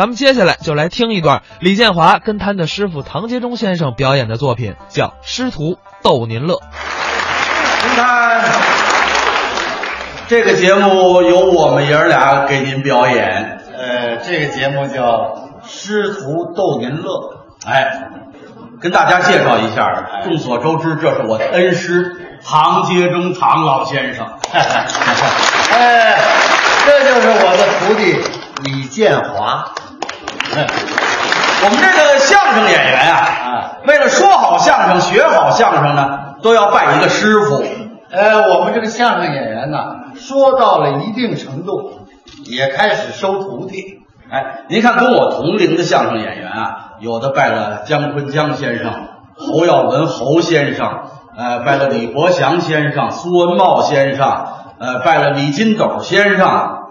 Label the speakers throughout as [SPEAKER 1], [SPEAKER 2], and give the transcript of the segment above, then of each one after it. [SPEAKER 1] 咱们接下来就来听一段李建华跟他的师傅唐杰忠先生表演的作品，叫《师徒逗您乐》。
[SPEAKER 2] 您看，这个节目由我们爷儿俩给您表演。
[SPEAKER 3] 呃，这个节目叫《师徒逗您乐》。
[SPEAKER 2] 哎，跟大家介绍一下，众所周知，这是我的恩师唐杰忠唐老先生。
[SPEAKER 3] 哎，这就是我的徒弟李建华。
[SPEAKER 2] 我们这个相声演员啊，为了说好相声、学好相声呢，都要拜一个师傅。
[SPEAKER 3] 呃，我们这个相声演员呢，说到了一定程度，也开始收徒弟。
[SPEAKER 2] 哎，您看，跟我同龄的相声演员啊，有的拜了姜昆姜先生、侯耀文侯先生，呃，拜了李伯祥先生、苏文茂先生，呃，拜了李金斗先生。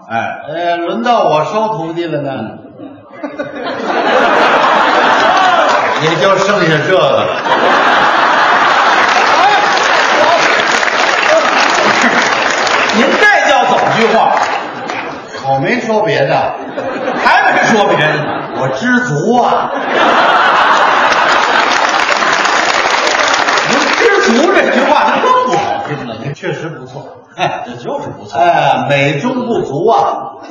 [SPEAKER 2] 哎，
[SPEAKER 3] 呃，轮到我收徒弟了呢，也就剩下这个了。
[SPEAKER 2] 您这叫怎么句话？
[SPEAKER 3] 我没说别的，
[SPEAKER 2] 还没说别的呢。
[SPEAKER 3] 我知足啊。
[SPEAKER 2] 您知足这句话就更不好听了。您
[SPEAKER 3] 确实不 错。
[SPEAKER 2] 哎，这就是不错。
[SPEAKER 3] 哎，美中不足啊，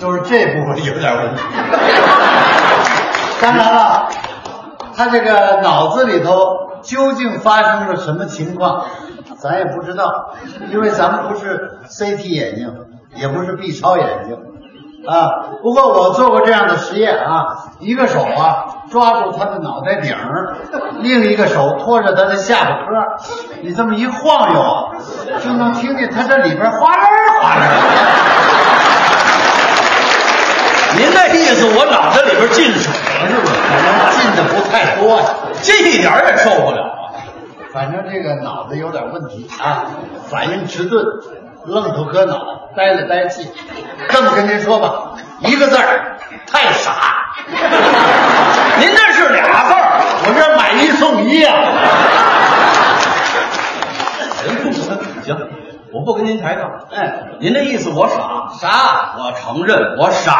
[SPEAKER 3] 就是这部分有点问题。当然了，他这个脑子里头究竟发生了什么情况，咱也不知道，因为咱们不是 CT 眼睛，也不是 B 超眼睛。啊，不过我做过这样的实验啊，一个手啊抓住他的脑袋顶儿，另一个手托着他的下巴颏儿，你这么一晃悠啊，就能听见他这里边哗啦哗啦的。
[SPEAKER 2] 您那意思，我脑袋里边进水了是不是？
[SPEAKER 3] 可能进的不太多呀、
[SPEAKER 2] 这一点儿也受不了啊！
[SPEAKER 3] 反正这个脑子有点问题啊，反应迟钝，愣头磕脑，呆了呆气。这么跟您说吧，一个字儿，太傻。
[SPEAKER 2] 您这是俩字儿，
[SPEAKER 3] 我这买一送一啊！
[SPEAKER 2] 行，我不跟您抬杠。
[SPEAKER 3] 哎，
[SPEAKER 2] 您这意思我傻，
[SPEAKER 3] 啥
[SPEAKER 2] 我承认我傻，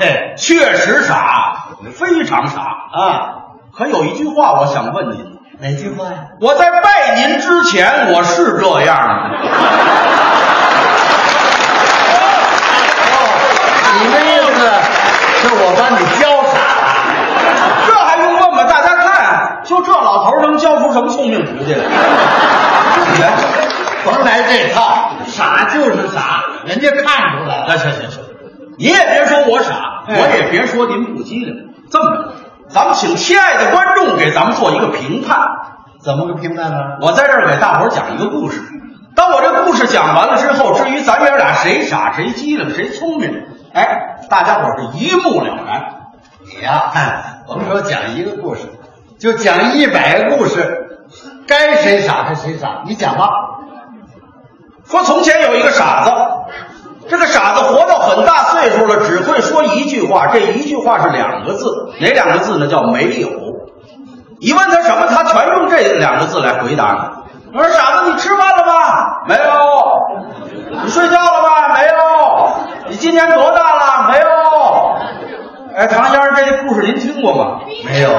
[SPEAKER 2] 嘿，确实傻，非常傻。
[SPEAKER 3] 啊？
[SPEAKER 2] 可有一句话我想问您，
[SPEAKER 3] 哪句话呀？
[SPEAKER 2] 我在拜您之前我是这样吗？
[SPEAKER 3] 你的意思是我把你教傻了？
[SPEAKER 2] 这还用问吗？大家看，就这老头儿能教出什么聪明徒弟来？你来，
[SPEAKER 3] 甭来这套，傻就是傻，人家看出来了。
[SPEAKER 2] 那行行行，你也别说我傻，
[SPEAKER 3] 哎
[SPEAKER 2] 我也别说您不机灵。这么着，咱们请亲爱的观众给咱们做一个评判。
[SPEAKER 3] 怎么个评判法？
[SPEAKER 2] 我在这儿给大伙儿讲一个故事。当我这故事讲完了之后，至于咱爷俩谁傻谁机灵谁聪明，哎，大家伙儿是一目了然。
[SPEAKER 3] 你呀、甭说讲一个故事，就讲一百个故事，该谁傻还谁傻，你讲吧。
[SPEAKER 2] 说从前有一个傻子，这个傻子活到很大岁数了，只会说一句话，这一句话是两个字，哪两个字呢？叫没有。你问他什么，他全用这两个字来回答你。我说傻子，你吃饭了吗？没有。你睡觉了吗？没有。你今年多大了？没有。哎，唐先生，这故事您听过吗？
[SPEAKER 3] 没有，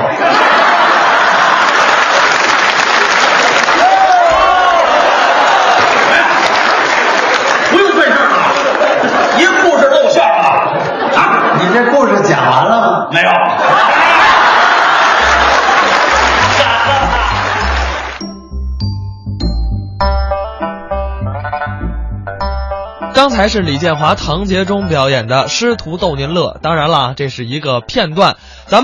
[SPEAKER 2] 不用费事儿了，一故事露馅儿了啊！
[SPEAKER 3] 你这故事讲完了吗？
[SPEAKER 2] 没有。
[SPEAKER 1] 刚才是李建华、唐杰忠表演的《师徒逗您乐》，当然啦，这是一个片段，咱们。